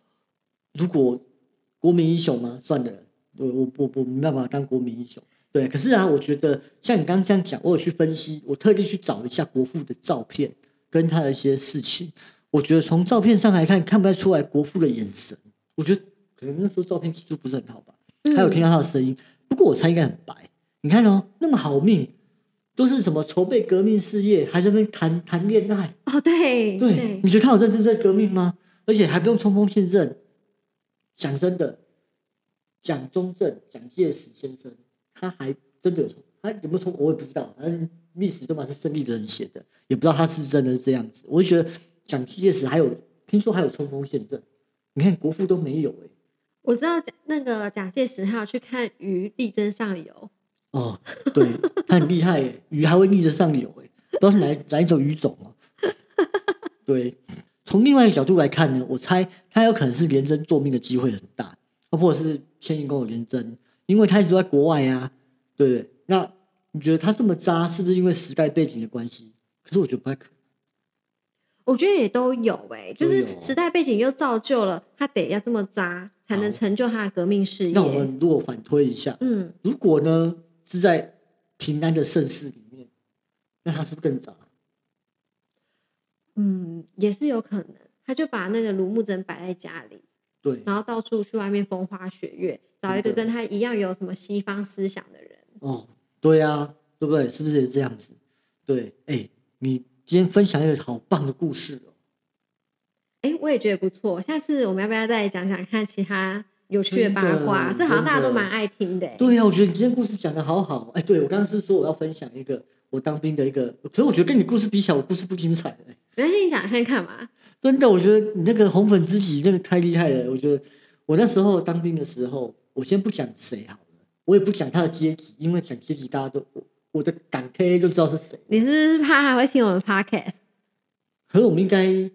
[SPEAKER 2] 如果国民英雄吗？算了，我我我我没办法当国民英雄。对，可是啊，我觉得像你刚刚这样讲，我有去分析，我特地去找了一下国父的照片跟他的一些事情。我觉得从照片上来看，看不太出来国父的眼神。我觉得可能那时候照片技术不是很好吧，
[SPEAKER 1] 嗯
[SPEAKER 2] 还有听啊到他的声音。不过我猜应该很白。你看哦，那么好命，都是什么筹备革命事业，还在那边谈谈恋爱。
[SPEAKER 1] 哦，对
[SPEAKER 2] 对，你觉得他有认真在革命吗？而且还不用冲锋陷阵。讲真的，蒋中正、蒋介石先生，他还真的有冲，他有没有冲我也不知道。反正历史都嘛是胜利的人写的，也不知道他是真的是这样子。我就觉得蒋介石还有听说还有冲锋陷阵，你看国父都没有哎、
[SPEAKER 1] 我知道那个蒋介石还有去看鱼力争上游，
[SPEAKER 2] 哦，对，他很厉害耶，鱼还会逆着上游哎，不知道是哪一哪一种鱼种啊。对，从另外一个角度来看呢，我猜他有可能是连贞做命的机会很大，或者是牵引跟我连贞，因为他一直都在国外啊，对不对？那你觉得他这么渣，是不是因为时代背景的关系？可是我觉得不太可
[SPEAKER 1] 我觉得也都有哎、就
[SPEAKER 2] 都
[SPEAKER 1] 是
[SPEAKER 2] 有啊
[SPEAKER 1] 时代背景又造就了他得要这么渣才能
[SPEAKER 2] 好
[SPEAKER 1] 成就他的革命事
[SPEAKER 2] 能。
[SPEAKER 1] 业。
[SPEAKER 2] 那我们如果反推一下，
[SPEAKER 1] 嗯，
[SPEAKER 2] 如果呢是在平安的盛世里面，那他是不是更渣？
[SPEAKER 1] 嗯，也是有可能，他就把那个卢木真摆在家里，
[SPEAKER 2] 对，
[SPEAKER 1] 然后到处去外面风花雪月，找一个
[SPEAKER 2] 真的
[SPEAKER 1] 跟他一样有什么西方思想的人。
[SPEAKER 2] 哦，对啊，对不对？是不是也是这样子？对，哎，你今天分享一个好棒的故事哦，
[SPEAKER 1] 哎，我也觉得不错，下次我们要不要再讲讲看其他有趣的
[SPEAKER 2] 真
[SPEAKER 1] 八
[SPEAKER 2] 的
[SPEAKER 1] 卦？这好像
[SPEAKER 2] 真
[SPEAKER 1] 大家都
[SPEAKER 2] 的
[SPEAKER 1] 蛮爱听的欸。
[SPEAKER 2] 对啊，我觉得你今天故事讲的好好。哎，对我刚刚是说我要分享一个我当兵的一个，可是我觉得跟你故事比起来，我故事不精彩、哎
[SPEAKER 1] 没关系，你讲看看嘛。
[SPEAKER 2] 真的，我觉得你那个红粉知己那个太厉害了。我觉得我那时候当兵的时候，我先不讲谁好了，我也不讲他的阶级，因为讲阶级大家都我我的港 K 就知道是谁。
[SPEAKER 1] 你是不是怕他会听我们 podcast？
[SPEAKER 2] 可是我们应该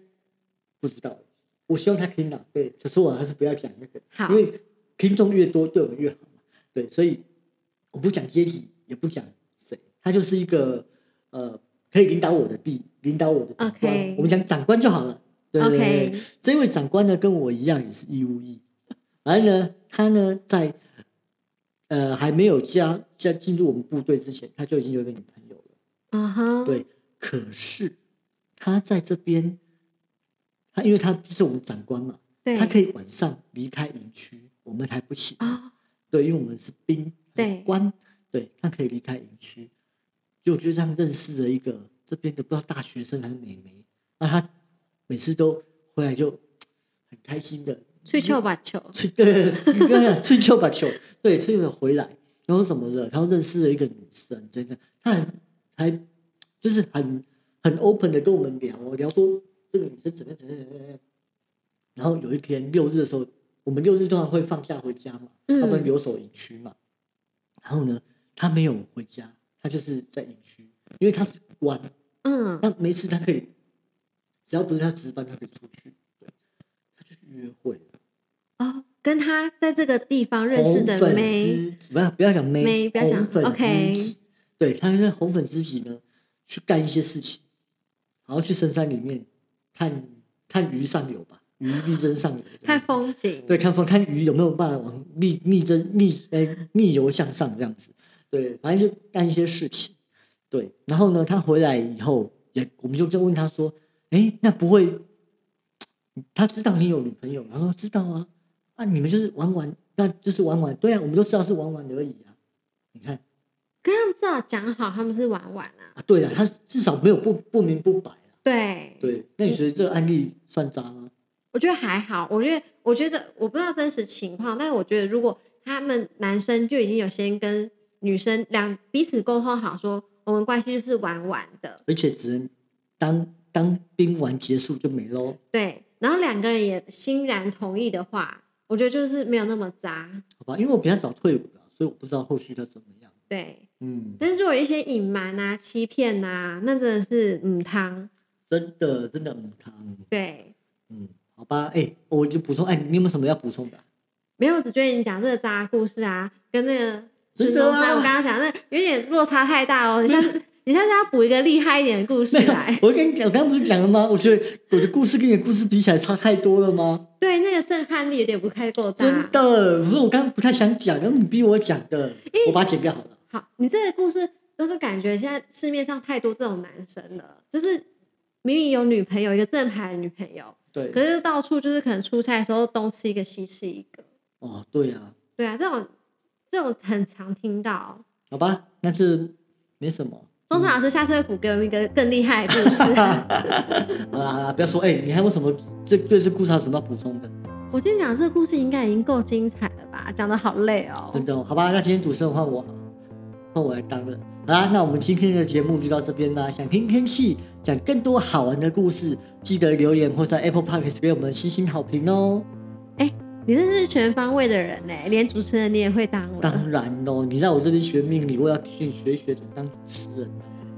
[SPEAKER 2] 不知道。我希望他听了，对，可是我还是不要讲那个，
[SPEAKER 1] 好
[SPEAKER 2] 因为听众越多，对我们越好嘛。对，所以我不讲阶级，也不讲谁，他就是一个呃，可以领导我的地，领导我的长官。
[SPEAKER 1] OK
[SPEAKER 2] 我们讲长官就好了。对对对
[SPEAKER 1] OK
[SPEAKER 2] 对这位长官呢，跟我一样也是义务役，然后呢，他呢在呃还没有加加进入我们部队之前，他就已经有一个女朋友了。
[SPEAKER 1] 嗯哼，
[SPEAKER 2] 对，可是他在这边，他因为他就是我们长官嘛，
[SPEAKER 1] 对，
[SPEAKER 2] 他可以晚上离开营区，我们还不行。
[SPEAKER 1] 啊，
[SPEAKER 2] 对，因为我们是兵，
[SPEAKER 1] 对
[SPEAKER 2] 是官，对，他可以离开营区，就就这样认识了一个这边的不知道大学生还是美眉，那他每次都回来就很开心的
[SPEAKER 1] 吹球吧球，
[SPEAKER 2] 吹 *laughs* 对，你这样吹球把球，对，吹了回来，然后怎么了？然后认识了一个女生，真的，她很还就是很很 open 的跟我们聊，聊说这个女生怎么样怎么样怎么样。然后有一天六日的时候，我们六日通常会放假回家嘛，要不然
[SPEAKER 1] 嗯，
[SPEAKER 2] 留守营区嘛。然后呢，她没有回家，她就是在营区，因为她是官，
[SPEAKER 1] 嗯，
[SPEAKER 2] 那没事，他可以，只要不是他值班，他可以出去。对，他就去约会了。
[SPEAKER 1] 哦，跟他在这个地方认识
[SPEAKER 2] 红
[SPEAKER 1] 的
[SPEAKER 2] 粉
[SPEAKER 1] 妹，
[SPEAKER 2] 知己不要不要讲
[SPEAKER 1] 妹
[SPEAKER 2] 妹，
[SPEAKER 1] 不要讲
[SPEAKER 2] 红粉
[SPEAKER 1] OK
[SPEAKER 2] 知己。对，他就是红粉知己呢，去干一些事情，然后去深山里面看看鱼上游吧，鱼力争上游，
[SPEAKER 1] 看。风景，
[SPEAKER 2] 对，看风看鱼有没有办法往逆逆增逆呃逆游向上这样子，对，反正就干一些事情，对。然后呢，他回来以后也，我们就就问他说，哎，那不会，他知道你有女朋友吗？他说知道啊，啊，你们就是玩玩，那就是玩玩，对啊，我们都知道是玩玩而已啊。你看
[SPEAKER 1] 跟他们至少讲好他们是玩玩啊，
[SPEAKER 2] 啊，对啊，他至少没有不不明不白啊。
[SPEAKER 1] 对，
[SPEAKER 2] 对，那你觉得这个案例算渣吗？
[SPEAKER 1] 我觉得还好，我觉得我觉得我不知道真实情况，但是我觉得如果他们男生就已经有先跟女生两彼此沟通好说，我们关系就是玩玩的，
[SPEAKER 2] 而且只能当当兵完结束就没哦喽。
[SPEAKER 1] 对，然后两个人也欣然同意的话，我觉得就是没有那么渣，
[SPEAKER 2] 好吧，因为我比较早退伍了，所以我不知道后续他怎么样。
[SPEAKER 1] 对。
[SPEAKER 2] 嗯，
[SPEAKER 1] 但是如果有一些隐瞒啊、欺骗啊，那真的是嗯汤，
[SPEAKER 2] 真的真的很康。
[SPEAKER 1] 对，
[SPEAKER 2] 嗯，好吧，哎、我就补充，哎、你有没有什么要补充的啊、
[SPEAKER 1] 没有，我只觉得你讲这个渣故事啊，跟那个孙
[SPEAKER 2] 真的
[SPEAKER 1] 中
[SPEAKER 2] 啊
[SPEAKER 1] 山我刚刚讲那有点落差太大哦，很像你下次要补一个厉害一点的故事
[SPEAKER 2] 没有
[SPEAKER 1] 来，。
[SPEAKER 2] 我跟你讲，我刚刚不是讲了吗？我觉得我的故事跟你的故事比起来差太多了吗？
[SPEAKER 1] 对，那个震撼力有点不太够大。
[SPEAKER 2] 真的，不是我刚刚不太想讲，然后你逼我讲的，我把它剪掉好了。
[SPEAKER 1] 好，你这个故事就是感觉现在市面上太多这种男生了，就是明明有女朋友，一个正牌的女朋友，
[SPEAKER 2] 对
[SPEAKER 1] 可，是到处就是可能出差的时候东吃一个西吃一个。
[SPEAKER 2] 哦，对啊，
[SPEAKER 1] 对啊，这种这种很常听到。
[SPEAKER 2] 好吧，那是没什么。
[SPEAKER 1] 钟诚老
[SPEAKER 2] 嗯
[SPEAKER 1] 师下次会补给我们一个更厉害的
[SPEAKER 2] *laughs*
[SPEAKER 1] 故事。
[SPEAKER 2] 好啦好啦，不要说，哎、你还有什么这对这故事还有什么要补充的？
[SPEAKER 1] 我今天讲这个故事应该已经够精彩了吧？讲的好累哦。
[SPEAKER 2] 真的哦、好吧，那今天主持人换我，换我来担任。好啦，那我们今天的节目就到这边啦。想听天气，讲更多好玩的故事，记得留言或在 Apple Podcast 给我们星星好评哦。
[SPEAKER 1] 你真是全方位的人呢，连主持人你也会当了。
[SPEAKER 2] 当然哦，你在我这边学命理，我要去学一学怎么当主持人，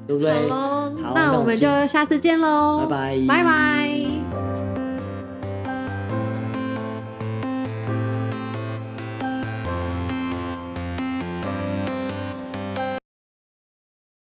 [SPEAKER 2] 对不对？
[SPEAKER 1] 好喽哦
[SPEAKER 2] 好，
[SPEAKER 1] 那
[SPEAKER 2] 那
[SPEAKER 1] 我
[SPEAKER 2] 我
[SPEAKER 1] 们
[SPEAKER 2] 们今
[SPEAKER 1] 就下次见喽，
[SPEAKER 2] 拜拜
[SPEAKER 1] 拜拜。